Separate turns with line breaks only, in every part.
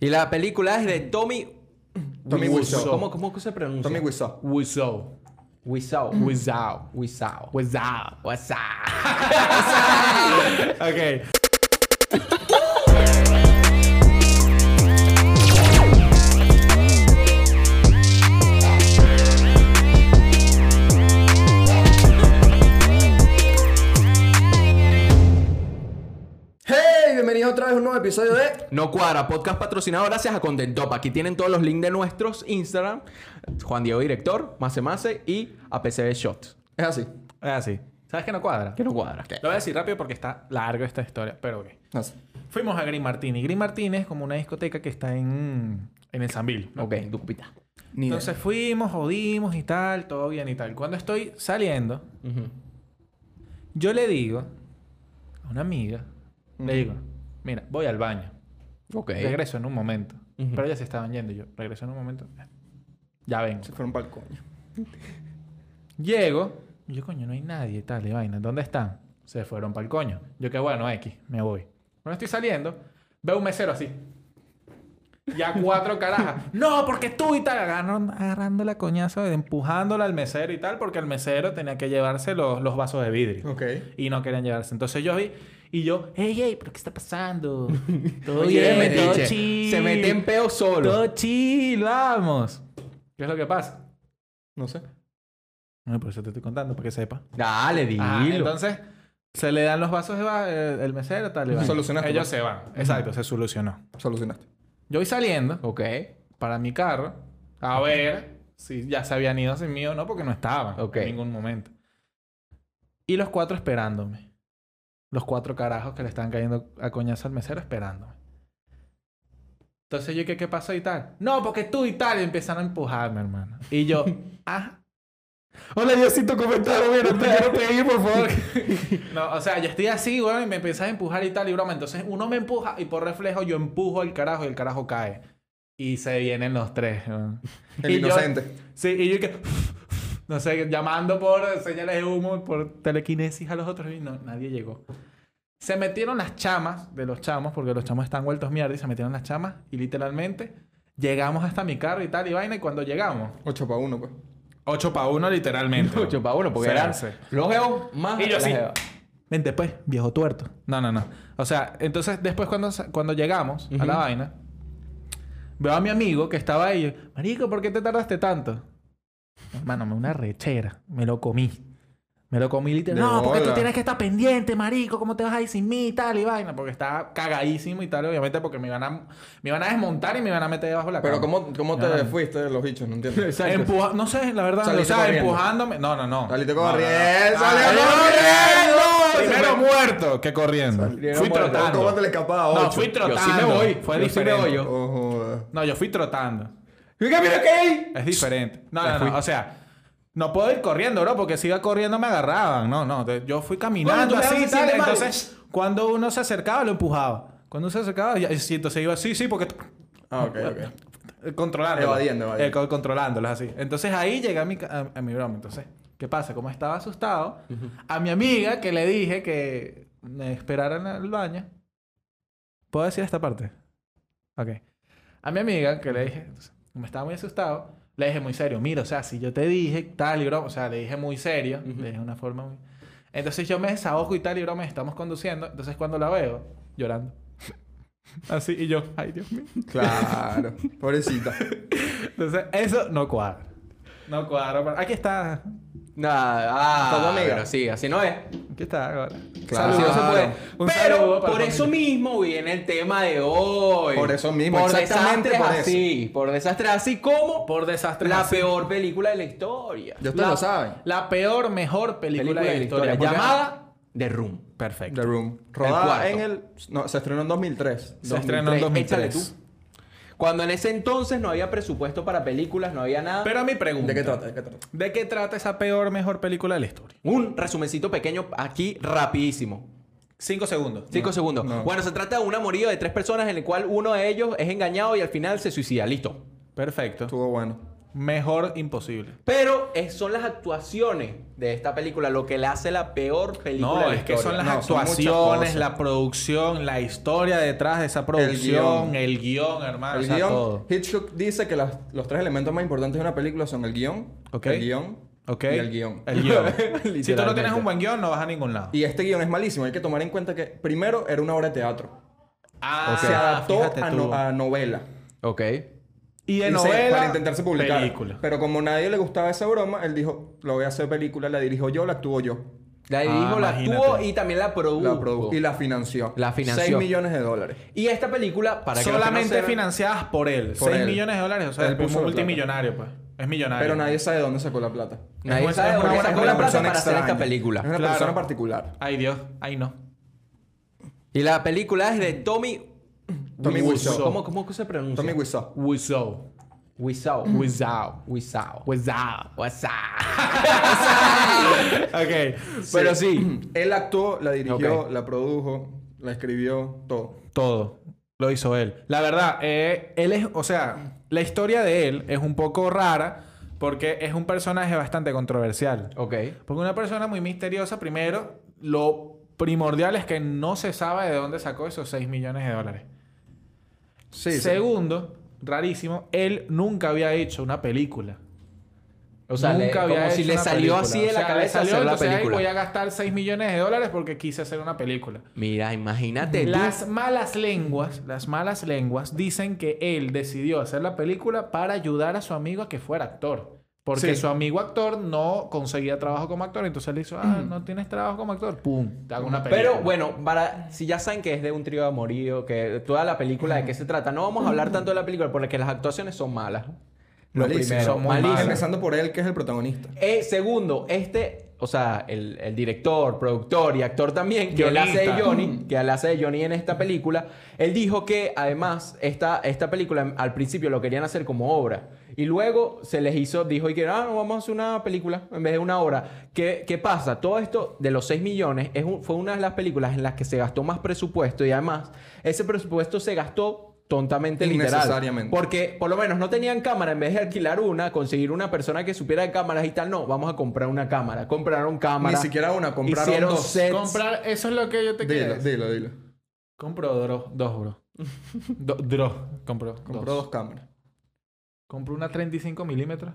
Y la película es de Tommy...
Tommy Wiseau.
¿Cómo, ¿Cómo se pronuncia?
Tommy Wiseau.
Wizzo.
Wiseau.
Wizzo.
Wiseau.
Wizzo.
What's up?
Ok.
¡Hey! Bienvenidos otra vez a un nuevo episodio de...
No cuadra, podcast patrocinado gracias a Content Top. Aquí tienen todos los links de nuestros Instagram. Juan Diego Director, Mase Mase y APCB Shot.
Es así.
Es
Ah,
así. ¿Sabes qué no cuadra?
Que no cuadra.
Lo voy a decir rápido porque está largo esta historia, pero ok.
así.
Fuimos a Green Martini. Green Martini es como una discoteca que está en, en el Sambil. ¿no?
Ok, tu copita.
Ni idea.
Entonces fuimos, jodimos y tal, todo bien y tal. Cuando estoy saliendo, yo le digo a una amiga, le digo, mira, voy al baño,
Ok.
regreso en un momento.
Ujú.
Pero ellas se estaban yendo y yo, regreso en un momento, ya vengo.
Se fueron para el coño.
Llego, y yo, coño, no hay nadie y tal, y vaina, ¿dónde están? Se fueron para el coño. Yo, qué bueno, X, me voy. Cuando estoy saliendo, veo un mesero así. Ya cuatro carajas. No, porque tú y tal. Agarraron, agarrando la coñazo, empujándola al mesero y tal, porque el mesero tenía que llevarse los, los vasos de vidrio.
Ok.
Y no querían llevarse. Entonces yo vi y yo, hey, hey, ¿pero qué está pasando? Todo
Oye,
bien, todo
metiche,
chill.
Se mete en peo solo.
Todo chill, vamos. ¿Qué es lo que pasa?
No sé.
Bueno, por eso te estoy contando, para que sepa.
Dale, dilo.
Ah, entonces se le dan los vasos de va- el, el mesero, tal. y va.
Solucionaste,
Ellos
pues.
se van. Exacto, se solucionó.
Solucionaste.
Yo voy saliendo
Ok.
para mi carro a ver si ya se habían ido sin mí o no, porque no estaban
Ok.
en ningún momento. Y los cuatro esperándome. Los cuatro carajos que le estaban cayendo a coñazo al mesero esperándome. Entonces yo, ¿qué, qué pasó y tal? No, porque tú y tal. Y empiezan a empujarme, hermano. Y yo, ah. Hola, Diosito, comentaron, mira, te quiero pedir, por favor. no, o sea, yo estoy así, weón, y me empiezas a empujar y tal, y broma. Entonces uno me empuja y por reflejo yo empujo al carajo y el carajo cae. Y se vienen los tres, weón.
El
Y yo-
inocente.
Sí, y yo que... No sé, llamando por señales de humo, por telequinesis a los otros y no, nadie llegó. Se metieron las chamas de los chamos, porque los chamos están vueltos mierda y se metieron las chamas y literalmente llegamos hasta mi carro y tal y vaina y cuando llegamos...
8 para 1, pues.
8 para 1 literalmente.
Ocho para uno, porque eran
Será.
los geos más...
Y yo
las
sí.
geos.
Vente pues, viejo tuerto. No, no, no. O sea, entonces después cuando, cuando llegamos a la
Ujú.
vaina, veo a mi amigo que estaba ahí. yo, Marico, ¿por qué te tardaste tanto? Hermano, me una rechera. Me lo comí. Me lo comí literalmente.
De
No, porque tú
bola.
tienes que estar pendiente, marico. ¿Cómo te vas a ir sin mí y tal y vaina? Porque estaba cagadísimo y tal, obviamente, porque me iban a, me iban a desmontar y me iban a meter debajo de la
Pero
cama.
¿cómo, cómo te
Ya.
fuiste de los bichos? No entiendo.
Empuja- no sé, la verdad.
Saliste
o sea,
corriendo.
empujándome. No, no, no.
Saliste
No, no, no.
corriendo,
Ah,
saliste corriendo.
Primero
Se me-
muerto que corriendo. Fui
Bueno,
trotando.
¿Cómo te le escapaba?
No,
Ocho.
fui trotando.
sí me voy.
Fue
Yo sí me
diferente.
voy, yo.
Oh, joder.
No, yo fui trotando.
Mira, mira, ¿qué hay?
Es diferente. No,
Me
no,
fui.
no. O sea, no puedo ir corriendo, bro, porque si iba corriendo me agarraban. No, no. te- Yo fui caminando
Coño, tú me
así y
vas a
tal.
decir, hermano.
Entonces, cuando uno se acercaba, lo empujaba. Cuando uno se acercaba, ya, sí, entonces iba así, sí, porque...
Ah, ok, ok.
Eh, Controlando.
Evadiendo, evadiendo.
controlándolos así. Entonces ahí llegué a mi, ca- a, a mi broma. Entonces, ¿qué pasa? Como estaba asustado, a mi amiga que le dije que me esperara en el baño. ¿Puedo decir esta parte? Ok. A mi amiga que le dije, entonces, como estaba muy asustado, le dije muy serio, mira, o sea, si yo te dije tal y broma, o sea, le dije muy serio, le dije de una forma muy... Entonces yo me desahogo y tal y broma, estamos conduciendo, entonces cuando la veo, llorando. Así, y yo, ay Dios mío.
Claro. Pobrecita.
Entonces, eso no cuadra. No cuadra. pero Aquí está.
Nada, ah,
Está tu amiga.
pero sí, así no es.
Aquí está ahora. pues.
Claro.
Así no se puede.
Un saludo
pero
para
por
la
eso
familia.
mismo viene el tema de hoy.
Por eso mismo,
por
exactamente
desastres
por eso.
así. Por desastres así como
Por desastre.
la peor película de la historia.
Ya ustedes lo saben.
La peor, mejor película, de la historia.
porque-
Llamada.
The Room.
Perfecto.
The Room.
cuarto.
Rodada en el... No, se estrenó en 2003.
Se estrenó en
2003.
2003.
Cuando en ese entonces no había presupuesto para películas, no había nada.
Pero mi pregunta.
¿De qué trata? ¿De qué trata?
¿De qué trata esa peor, mejor película de la historia?
Un resumencito pequeño aquí rapidísimo.
Cinco segundos.
Cinco segundos.
no.
Bueno, se trata de un amorío de tres personas en el cual uno de ellos es engañado y al final se suicida. Listo.
Perfecto.
Estuvo bueno.
Mejor imposible.
Pero es- son las actuaciones de esta película lo que le hace la peor película. de
No,
la
es que son
historia.
las
No, son muchas
actuaciones,
cosas.
la producción, la historia detrás de esa producción, el guión, hermano.
El
Ah, o sea,
guión,
todo.
Hitchcock dice que las- los tres elementos más importantes de una película son el guión,
Ok.
el guión
Ok.
y el guión.
El guión. si tú no
Literalmente.
tienes un buen guión, no vas a ningún lado.
Y este guión es malísimo. Hay que tomar en cuenta que primero era una obra de teatro.
Ah,
se adaptó
fíjate
a,
tú.
no- a novela.
Ok.
Y de
Y se-
novela,
para intentarse publicar.
película.
Pero como nadie le gustaba esa broma, él dijo, lo voy a hacer película, la dirijo yo, la actúo yo.
La
Ah,
dirijo, la
imagínate.
actuó y también la produjo.
La
Uh,
produ- y la financió.
La financió.
6 millones de dólares.
Y esta película, para que los que no
solamente
sepan-
financiadas por él.
Por
6
él.
millones de dólares. O sea,
Él
es un
puso la plata.
multimillonario, pues. Es millonario.
Pero nadie sabe de dónde sacó la plata.
Nadie
Es
sabe
una
de dónde
buena-
sacó
es una
la plata
persona
para hacer esta
extraña. Es
película.
una
Claro.
persona particular.
Ay, Dios. Ay, no.
Y la película es de Tommy...
Tommy
Wiseau.
Wiseau.
¿Cómo, ¿Cómo se pronuncia?
Tommy Wiseau.
Wiseau.
Wiseau.
Wiseau.
Wiseau.
Wiseau.
Wiseau.
ok.
Pero sí.
Él actuó, la dirigió,
Ok.
la produjo, la escribió, todo.
Todo. Lo hizo él. La verdad, eh, él es, o sea, la historia de él es un poco rara porque es un personaje bastante controversial.
ok.
Porque una persona muy misteriosa, primero, lo primordial es que no se sabe de dónde sacó esos 6 millones de dólares.
Sí, sí.
Segundo, rarísimo, él nunca había hecho una película.
O sea, le-
nunca había
como
hecho
si le
una
salió
película.
así de
O
la
sea, le
cabeza
salió,
hacer la
entonces, "Ay,
película.
voy a gastar 6 millones de dólares porque quise hacer una película.
Mira, imagínate tú.
Las malas lenguas, las malas lenguas dicen que él decidió hacer la película para ayudar a su amigo a que fuera actor. Porque
Sí.
su amigo actor no conseguía trabajo como actor. Entonces él dijo, ah, no tienes trabajo como actor. Pum, te hago una película.
Pero bueno, para si ya saben que es de un trío de amorío, que toda la película de qué se trata, no vamos a hablar tanto de la película porque las actuaciones son malas. Lo
Malísimo.
primero,
Son muy
malísimo.
malos. Empezando por él, que es el protagonista.
Eh, segundo, este, o sea, el, el director, productor y actor también, que él hace de
Guionista.
Johnny, que él hace de Johnny en esta película, él dijo que además esta, esta película al principio lo querían hacer como obra. Y luego se les hizo, dijo y que, ah, no, vamos a hacer una película en vez de una obra. ¿Qué, qué pasa? Todo esto de los 6 millones es un- fue una de las películas en las que se gastó más presupuesto y además ese presupuesto se gastó tontamente literal.
Innecesariamente.
Por- porque por lo menos no tenían cámara, en vez de alquilar una, conseguir una persona que supiera de cámaras y tal, no, vamos a comprar una cámara. Compraron cámara.
Ni siquiera una, compraron
hicieron
dos.
sets.
Comprar, eso es lo que yo te
Dilo,
quiero decir.
dilo, dilo.
Compro dro- dos, bro. Do- dro. Compro,
Compró dos cámaras.
Compro una 35 milímetros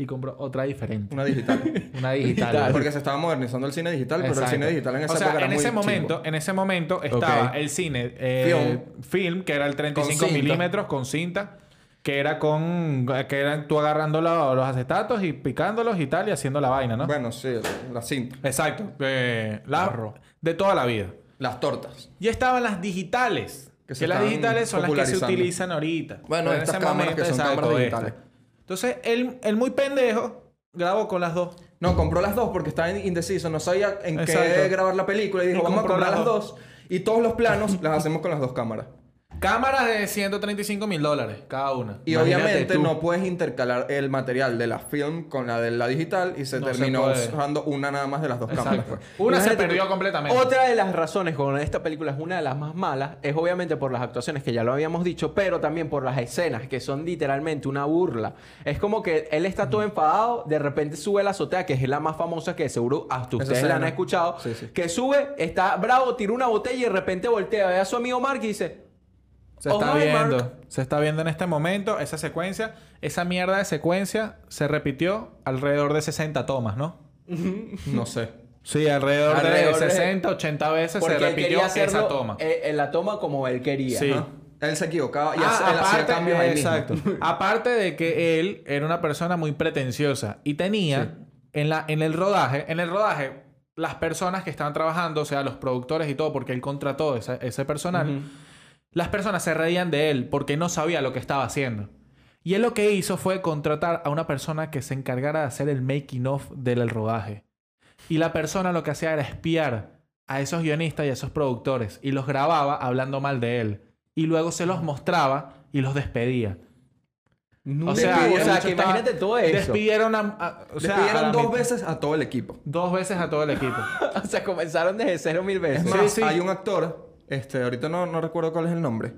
y compro otra diferente.
Una digital.
Una digital.
Digital.
Porque se estaba modernizando el cine digital, pero el
Exacto.
cine digital en esa
o sea,
época era
en
muy
ese
chimbo.
momento, en ese momento estaba
Ok.
el cine eh, film. que era el 35
Con cinta.
milímetros con cinta, que era con que eran tú agarrando lo- los acetatos y picándolos y tal y haciendo la vaina, ¿no?
Bueno, sí, la cinta.
Exacto, eh, la- de toda la vida.
Las tortas.
Y estaban las digitales.
Que
Que,
se
las
están
digitales son las que se
popularizando.
utilizan ahorita.
Bueno,
Pero en
estas
ese
cámaras que son cámaras
esta.
digitales.
Entonces, él, él muy pendejo grabó con las dos.
No, compró las dos porque estaba indeciso, no sabía en qué
Exacto.
grabar la película y dijo,
Y
vamos a
compró
comprar
las
las dos. Y todos los planos las hacemos con las dos cámaras.
Cámaras de 135 mil dólares cada una.
Y
Imagínate
obviamente
tú.
no puedes intercalar el material de la film con la de la digital y se
No se
terminó
puede.
usando una nada más de las dos cámaras.
Exacto.
pues.
Una se
Imagínate
perdió
tú.
completamente.
Otra de las razones con esta película es una de las más malas, es obviamente por las actuaciones que ya lo habíamos dicho, pero también por las escenas que son literalmente una burla. Es como que él está todo enfadado, de repente sube a la azotea, que es la más famosa que seguro hasta
Esa
ustedes la han
escena.
escuchado,
Sí, sí.
que sube, está bravo, tira una botella y de repente voltea, ve a su amigo Mark y dice,
Se está
Oh, hi,
viendo.
Mark.
Se está viendo en este momento esa secuencia. Esa mierda de secuencia se repitió alrededor de 60 tomas, ¿no?
No sé.
Sí, alrededor,
Alrededor de-
de 60, 80 veces se
porque él
repitió
quería hacerlo,
esa toma.
eh, eh, la toma como él quería.
Sí.
Ajá.
Ajá. Ah, Él se equivocaba y
Ah,
hace- él hacía
aparte,
cambios ahí mismo.
exacto. aparte de que él era una persona muy pretenciosa y tenía en, la, en el rodaje, en el rodaje, las personas que estaban trabajando, o sea, los productores y todo, porque él contrató esa- ese personal, las personas se reían de él porque no sabía lo que estaba haciendo. Y él lo que hizo fue contratar a una persona que se encargara de hacer el making of del rodaje. Y la persona lo que hacía era espiar a esos guionistas y a esos productores y los grababa hablando mal de él. Y luego se los mostraba y los despedía.
Nunca-
O sea,
o
Despidieron-
sea,
el
que
bicho estaba-
imagínate todo eso.
Despidieron a, a- o sea, a la
Despidieron dos
mitad-
veces a todo el equipo.
Dos veces a todo el equipo.
O sea, comenzaron desde cero mil veces.
Es más,
sí.
hay un actor, este, ahorita no, no recuerdo cuál es el nombre.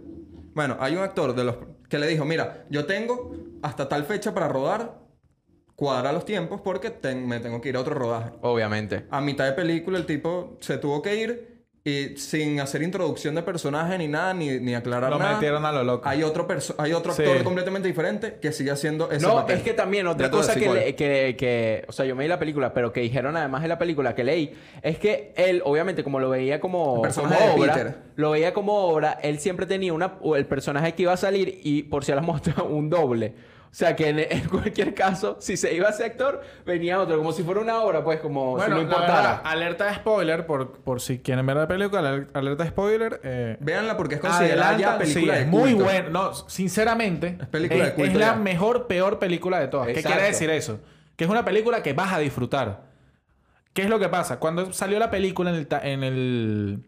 Bueno, hay un actor de los que le dijo, mira, yo tengo hasta tal fecha para rodar, cuadra los tiempos porque ten- me tengo que ir a otro rodaje.
Obviamente.
A mitad de película el tipo se tuvo que ir y sin hacer introducción de personaje ni nada, ni, ni aclarar
Lo
nada.
metieron a lo loco.
Hay otro, perso- hay otro
Sí.
actor completamente diferente que sigue haciendo ese
No,
papel.
es que también otra
Ya te voy a
cosa
decir
que,
cuál.
le- que, que- o sea, yo me di la película, pero que dijeron además de la película que leí, es que él, obviamente, como lo veía como,
El personaje
como
de
obra,
Peter.
lo veía como obra, él siempre tenía una, o el personaje que iba a salir y por si a las muestras un doble. O sea, que en, en cualquier caso, si se iba ese actor, venía otro, como si fuera una obra, pues, como si no
la verdad, ah,
importara.
alerta de spoiler, por, por si quieren ver la película, aler- alerta de spoiler. Eh,
Véanla porque es considerada ya
adelantan,
película
sí,
de
es muy
culto.
bueno. No, sinceramente, es,
película de culto
es la
ya.
mejor, peor película de todas. ¿Qué
Exacto.
quiere decir eso? Que es una película que vas a disfrutar. ¿Qué es lo que pasa? Cuando salió la película en el... ta- en, el-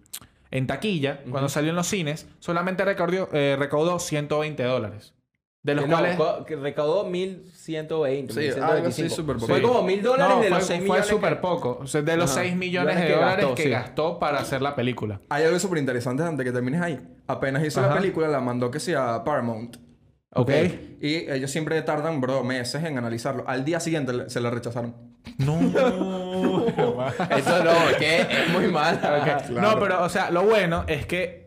en taquilla, cuando salió en los cines, solamente recordió- eh, recaudó 120 dólares. De los
Que no,
cuales...
co- que recaudó 1.120,
Sí,
1.125.
algo así, súper poco.
Fue
Sí.
como 1.000 dólares
No,
de
fue-
los 6
Fue
millones. que-
súper poco. O sea, de los
Ajá.
6 millones
Millones
de
que
dólares
gastó,
que
sí.
gastó para hacer la película.
Hay algo súper interesante antes de que termines ahí. Apenas hizo la
Ajá.
película, la mandó que sea Paramount. Eh,
¿Ok?
Y ellos siempre tardan, bro, meses en analizarlo. Al día siguiente le- se la rechazaron.
No.
Eso no, que es muy mal.
Ok. No, pero, o sea, lo bueno es que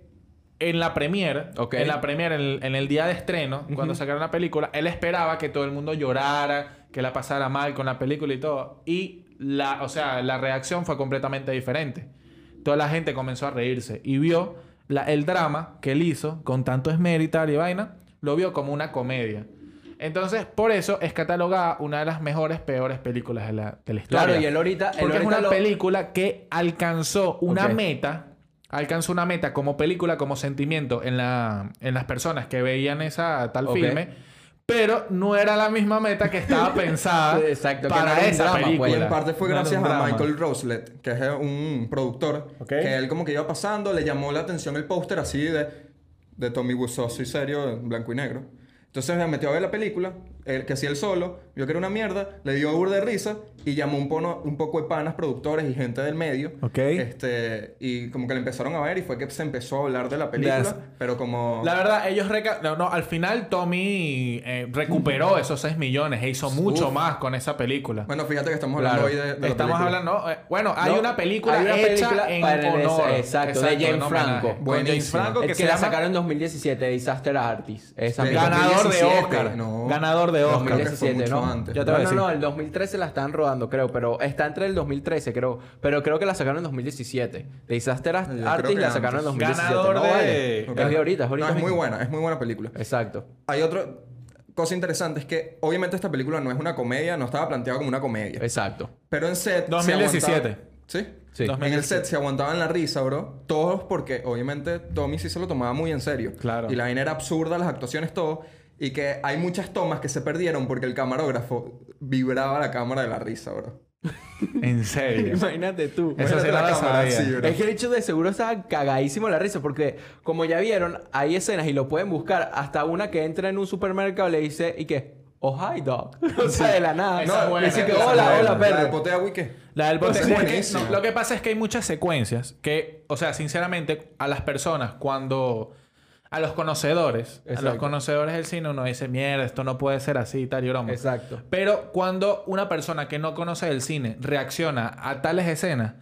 en la premiere,
Ok.
en la premiere, en el, en el día de estreno, cuando sacaron la película, él esperaba que todo el mundo llorara, que la pasara mal con la película y todo. Y la, o sea, la reacción fue completamente diferente. Toda la gente comenzó a reírse y vio la- el drama que él hizo con tanto esmero y tal y vaina, lo vio como una comedia. Entonces, por eso es catalogada una de las mejores, peores películas de la, de la historia.
Claro, y él ahorita... él
Porque es
ahorita
una
lo-
película que alcanzó una
Ok.
meta, alcanzó una meta como película, como sentimiento en, la, en las personas que veían esa tal
Ok.
filme, pero no era la misma meta que estaba pensada
Sí, exacto, que no
para
era un
esa
drama, pues.
película.
Y en parte fue
No era
gracias
un
a
drama.
Michael Roslet, que es un productor,
Ok.
que él como que iba pasando, le llamó la atención el póster así de, de Tommy Wiseau, y serio, en blanco y negro. Entonces me metió a ver la película, él, que hacía él solo, vio que era una mierda, le dio burda de risa y llamó un, pono- un poco de panas, productores y gente del medio.
Ok.
Este, y como que le empezaron a ver y fue que se empezó a hablar de la película,
Las-
pero como...
La verdad, ellos reca- no, no, al final Tommy eh, recuperó esos 6 millones e hizo mucho más con esa película.
Mm. Bueno, fíjate que estamos hablando
Claro.
hoy de, de la
Estamos
película.
hablando, no, eh, bueno, hay
No,
una película
hay una
hecha
película
en
para el-
honor,
exacto, de James
en homenaje.
Franco.
Con James
Buenísima.
Franco
El
que,
que
se
la
llama
sacaron en 2017, Disaster Artist. Esa
Sí.
misma.
Gana-
ganador de
2017,
Oscar,
no.
ganador de Oscar.
creo que fue
2017,
mucho
¿no?
antes.
Ya te
no,
voy a
no,
decir.
no, el 2013 la están rodando, creo, pero está entre el 2013, creo. Pero creo que la sacaron en 2017. Disaster
creo que
Artist la sacaron en
antes.
2017.
Ganador
no,
de-
vale.
Ok.
Es de ahorita, es
No,
ahorita.
es muy
mismo.
buena, es muy buena película.
Exacto.
Hay otra cosa interesante, es que obviamente esta película no es una comedia, no estaba planteada como una comedia.
Exacto.
Pero en set... se
2017.
aguantaba- ¿Sí?
Sí.
Dos-
En el set se aguantaban la risa, bro. Todos porque obviamente Tommy sí se lo tomaba muy en serio.
Claro.
Y la vaina era absurda, las actuaciones, todo. Y que hay muchas tomas que se perdieron porque el camarógrafo vibraba la cámara de la risa, bro.
En serio.
Imagínate tú.
Eso
Imagínate
sí no
la
lo
cámara
sabía.
así, bro.
Es que el hecho de seguro estaba cagadísimo la risa, porque como ya vieron, hay escenas y lo pueden buscar. Hasta una que entra en un supermercado le dice, ¿y qué? Oh, hi, dog. O sea, de la nada.
Esa es
No,
buena,
dice que,
esa es
hola,
buena.
hola,
La de
perro.
Potea Wiki.
La del bote.
Pues es
es que-
buenísimo.
no, lo que pasa es que hay muchas secuencias que, o sea, sinceramente, a las personas cuando. A los conocedores, a los
Exacto.
conocedores del cine, uno dice, mierda, esto no puede ser así y tal y broma".
Exacto.
Pero cuando una persona que no conoce del cine reacciona a tales escenas,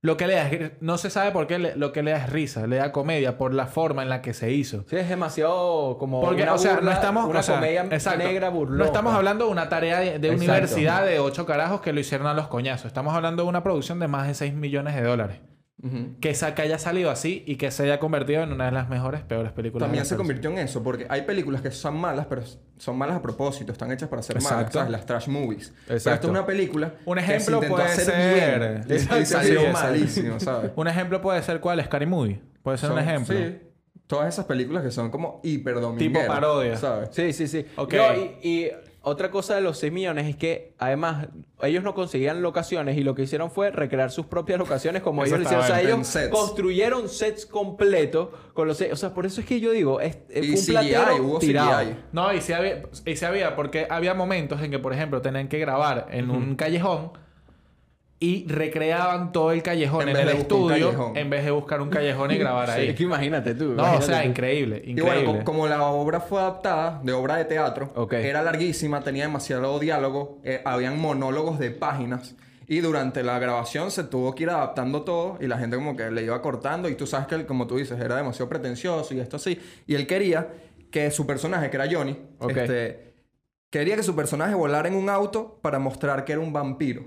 lo que le da es, no se sabe por qué, le- lo que le da es risa, le da comedia por la forma en la que se hizo.
Sí, es demasiado como
Porque,
una
o sea, no
burla,
estamos...
una
o sea,
comedia
exacto.
negra burlona.
No estamos hablando de una tarea de, de
Exacto.
universidad de ocho carajos que lo hicieron a los coñazos. Estamos hablando de una producción de más de 6 millones de dólares.
Ujú.
Que, esa, que haya salido así y que se haya convertido en una de las mejores, peores películas.
También
de
se
la historia.
convirtió en eso, porque hay películas que son malas, pero son malas a propósito, están hechas para ser malas,
Exacto.
¿sabes? Las trash movies. Pero
Exacto.
esta es una película
Un
que
ejemplo
se intentó
puede
hacer
ser-
bien, y-
Exacto,
y salió
sí, exacto.
malísimo, ¿sabes?
Un ejemplo puede ser cuál, Scary Movie. Puede ser
Son-
un ejemplo.
Sí. Todas esas películas que son como hiperdomingueras.
Tipo parodia.
¿Sabes?
Sí, sí, sí.
Ok.
No, y, y otra cosa de los 6 millones es que además ellos no conseguían locaciones y lo que hicieron fue recrear sus propias locaciones como
Eso
ellos lo
estaba
hicieron. O sea,
en- en
ellos
sets.
construyeron sets completos con los seis- O sea, por eso es que yo digo, es, fue
Y
un
CGI,
platero
hubo
tirado.
CGI.
No, y se había, y sí había, porque había momentos en que, por ejemplo, tenían que grabar en un callejón y recreaban todo el callejón
En
en,
vez
el
de buscar un
estudio
callejón.
en vez de buscar un callejón y grabar
Sí,
ahí.
Es que imagínate tú.
No, o
imagínate
sea,
tú.
increíble,
Y
increíble.
bueno, co- como la obra fue adaptada de obra de teatro,
Ok.
era larguísima, tenía demasiado diálogo, eh, habían monólogos de páginas. Y durante la grabación se tuvo que ir adaptando todo y la gente como que le iba cortando y tú sabes que él, como tú dices, era demasiado pretencioso y esto así. Y él quería que su personaje, que era Johnny,
Ok.
este, quería que su personaje volara en un auto para mostrar que era un vampiro.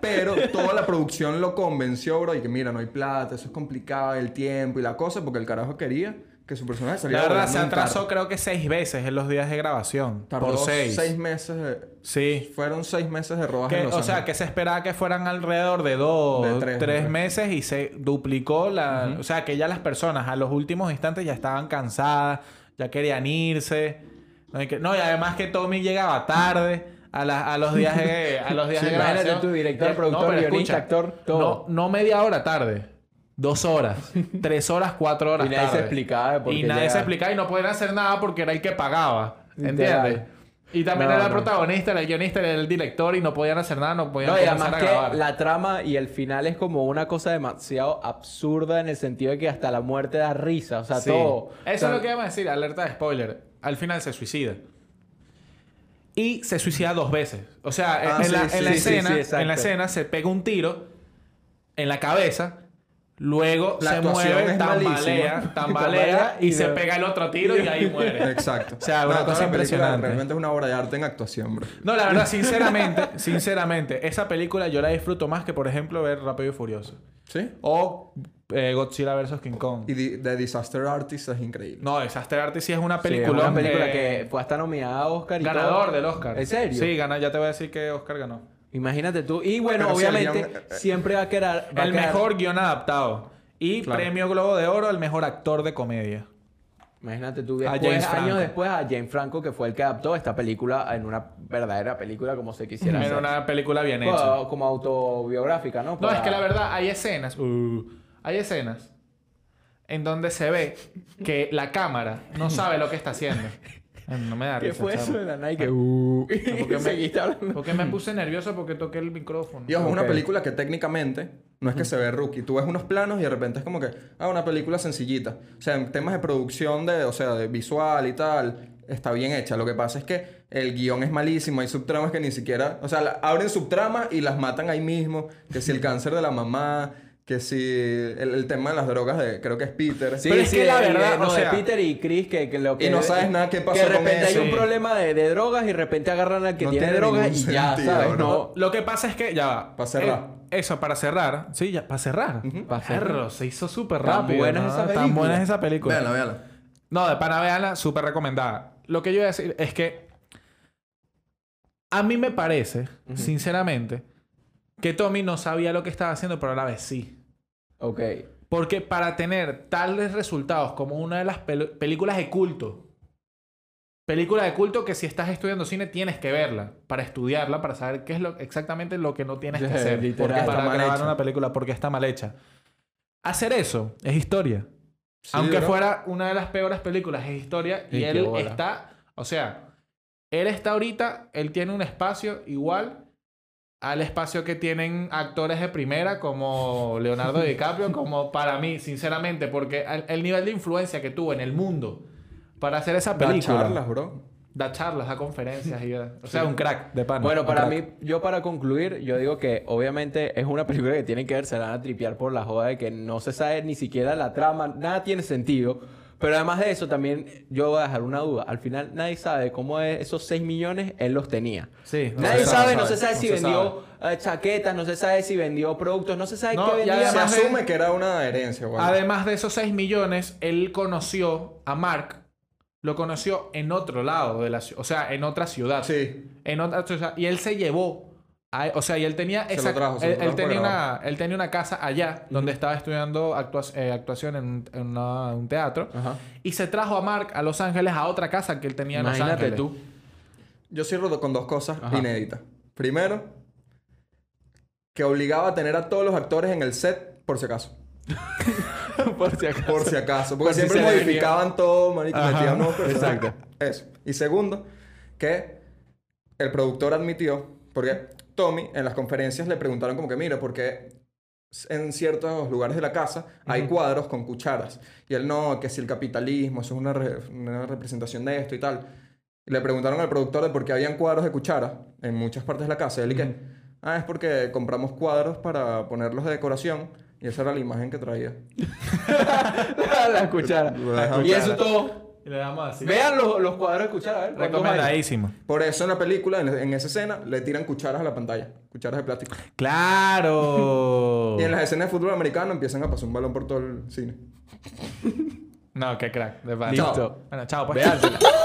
Pero toda la producción lo convenció, bro, y que mira, no hay plata, eso es complicado, el tiempo y la cosa, porque el carajo quería que su personaje
la
saliera
verdad
volando
se
en un carro.
atrasó creo que seis veces en los días de grabación.
Tardó
por seis.
meses. de-
Sí.
fueron seis meses de rodaje.
Que-
en Los
o sea,
Ángeles.
que se esperaba que fueran alrededor de dos,
De
tres,
tres, ¿no?
meses y se duplicó la... O sea, que ya las personas a los últimos instantes ya estaban cansadas, ya querían irse. No, y, que- no, y además que Tommy llegaba tarde a, la- a los días de, a los días
Sí,
de
imagínate
grabación.
tú, director,
Eh,
productor,
pero
guionista, actor, todo.
No, no media hora tarde. Dos horas, tres horas, cuatro horas
Y nadie se
tarde.
explicaba de por
Y
qué
nadie se
llegaba.
explicaba y no podían hacer nada porque era el que pagaba.
Literal.
¿Entiendes? Y también
No,
era el
no.
protagonista, era el guionista, era el director y no podían hacer nada, no podían
No, y
comenzar
además
a grabar.
que la trama y el final es como una cosa demasiado absurda en el sentido de que hasta la muerte da risa. O sea,
Sí.
todo.
Eso
O sea,
es lo que vamos a decir, alerta de spoiler. Al final se suicida. Y se suicida dos veces. O sea, en-
Ah,
en,
sí,
la,
sí,
en la
sí, sí,
escena,
sí, exacto.
en la escena se pega un tiro en la cabeza. Luego
La
se
actuación
mueve,
es
tambalea,
malísima.
tambalea y,
Y
se
de-
pega el otro tiro y ahí muere.
Exacto.
O sea, una
toda
cosa
la película
impresionante.
Realmente es una obra de arte en actuación, bro.
No, la verdad, sinceramente, sinceramente, esa película yo la disfruto más que, por ejemplo, ver Rápido y Furioso.
¿Sí?
O eh, Godzilla vs. King Kong.
Y di- The Disaster Artist es increíble.
No, Disaster Artist sí es una
sí, es
película.
una película que fue hasta nominada a Oscar y
Ganador
todo.
del Oscar.
¿En serio?
Sí, gana, ya te voy a decir que Oscar ganó.
Imagínate tú. Y bueno,
Pero si el
obviamente,
guion- eh, eh.
siempre va a quedar. va a
el
quedar-
mejor guión adaptado. Y
Claro.
premio Globo de Oro al mejor actor de comedia.
Imagínate tú.
A
Después,
James Franco.
años después, a James Franco, que fue el que adaptó esta película en una verdadera película como se quisiera
Era
hacer.
una película bien
Como-
hecha.
Como, autobiográfica, ¿no?
No,
Para-
es que la verdad hay escenas. uh, hay escenas en donde se ve que la cámara no sabe lo que está haciendo. Ay, No me da
¿Qué
risa.
fue
chamo.
eso de la Nike? Uh,
¿Por qué me-
seguiste hablando.
Porque me puse nervioso porque toqué el micrófono.
Y ojo, es una
Ok.
película que técnicamente no es que se ve rookie. Tú ves unos planos y de repente es como que, ah, una película sencillita. O sea, en temas de producción, de, o sea, de visual y tal, está bien hecha. Lo que pasa es que el guión es malísimo. Hay subtramas que ni siquiera, o sea, la- abren subtramas y las matan ahí mismo. Que si el cáncer de la mamá, que si el, el tema de las drogas de, creo que es Peter.
Sí,
Pero es
sí,
que la
el-
verdad,
eh, no,
o
de
sea-
Peter y Chris, que, que lo que...
Y no sabes nada qué pasó
Que de
con
repente hay
eso.
un
Sí.
problema de, de drogas y de repente agarran al que
No
tiene,
tiene
drogas y
ningún
ya,
sentido,
¿sabes?
bro.
No.
Lo que pasa es que, ya va.
Pa' cerrar.
Eh, eso, para cerrar. Sí, ya, para cerrar.
Pa' cerrar.
Perro, se hizo súper
Tan
rápido.
buena
¿no?
es esa
Tan
película.
buena es esa película.
Véanla, véanla.
No, de pana, véanla, súper recomendada. Lo que yo iba a decir es que a mí me parece, sinceramente, que Tommy no sabía lo que estaba haciendo, pero a la vez sí.
Ok.
Porque para tener tales resultados como una de las pel- películas de culto, película de culto que si estás estudiando cine tienes que verla para estudiarla, para saber qué es lo, exactamente lo que no tienes que
Sí,
hacer
literal,
porque
está
para
mal
grabar
hecha.
una película porque está mal hecha. Hacer eso es historia. Aunque
fuera
fuera una de las peores películas, es historia. Y,
Y qué
él
bola.
está, o sea, él está ahorita, él tiene un espacio igual al espacio que tienen actores de primera como Leonardo DiCaprio, como para mí, sinceramente, porque el, el nivel de influencia que tuvo en el mundo para hacer esa
Da
película,
charlas, bro.
da charlas, da conferencias, y, da- o sea, un crack de pana.
Bueno,
un
para
crack.
mí, yo para concluir, yo digo que obviamente es una película que tienen que ver, se la van a tripear por la joda de que no se sabe ni siquiera la trama, nada tiene sentido. Pero además de eso, también yo voy a dejar una duda. Al final, nadie sabe cómo es- esos 6 millones él los tenía.
Sí, no
nadie
se
sabe,
sabe,
no se
no
sabe si
se
vendió eh, chaquetas, no se sabe si vendió productos, no se sabe
No,
qué
y
vendía.
Se
además de-
asume que era una herencia, güey.
Además de esos 6 millones, él conoció a Mark, lo conoció en otro lado de la ciudad, o sea, en otra ciudad.
Sí.
En otra ciudad. Y él se llevó. a- o sea, y él tenía
Se lo
esa-
trajo, se
él,
lo
él
trajo
tenía
para
una, él tenía una casa allá donde estaba estudiando actua- eh, actuación en, un- en una- un teatro.
Ah.
Ajá.
Y se trajo a Mark a Los Ángeles a otra casa que él tenía en Los
Imagínate
Ángeles.
tú.
Yo cierro con dos cosas
Ajá.
inéditas. Primero, que obligaba a tener a todos los actores en el set, por si acaso.
por si acaso.
Por si acaso. Porque
Por si
siempre
se le
modificaban todo, marico.
Ajá.
metían nuevos personajes.
Exacto.
Eso. Y segundo, que el productor admitió, porque Tommy, en las conferencias le preguntaron como que, mira, porque en ciertos lugares de la casa hay cuadros con cucharas. Y él no, que si el capitalismo, eso es una, re- una representación de esto y tal. Y le preguntaron al productor de por qué habían cuadros de cucharas en muchas partes de la casa. Y él y que, ah, es porque compramos cuadros para ponerlos de decoración. Y esa era la imagen que traía.
la cuchara.
La
Y
cuchara.
eso todo.
Y le damos así.
Vean los, los cuadros de cuchara. a ver, ¿cuántos hay?
Recomendadísimo.
Por eso en la película, en, en esa escena, le tiran cucharas a la pantalla. Cucharas de plástico.
¡Claro!
Y en las escenas de fútbol americano empiezan a pasar un balón por todo el cine.
No, qué crack. De pana.
Listo.
Bueno, chao, pues.
Véansela.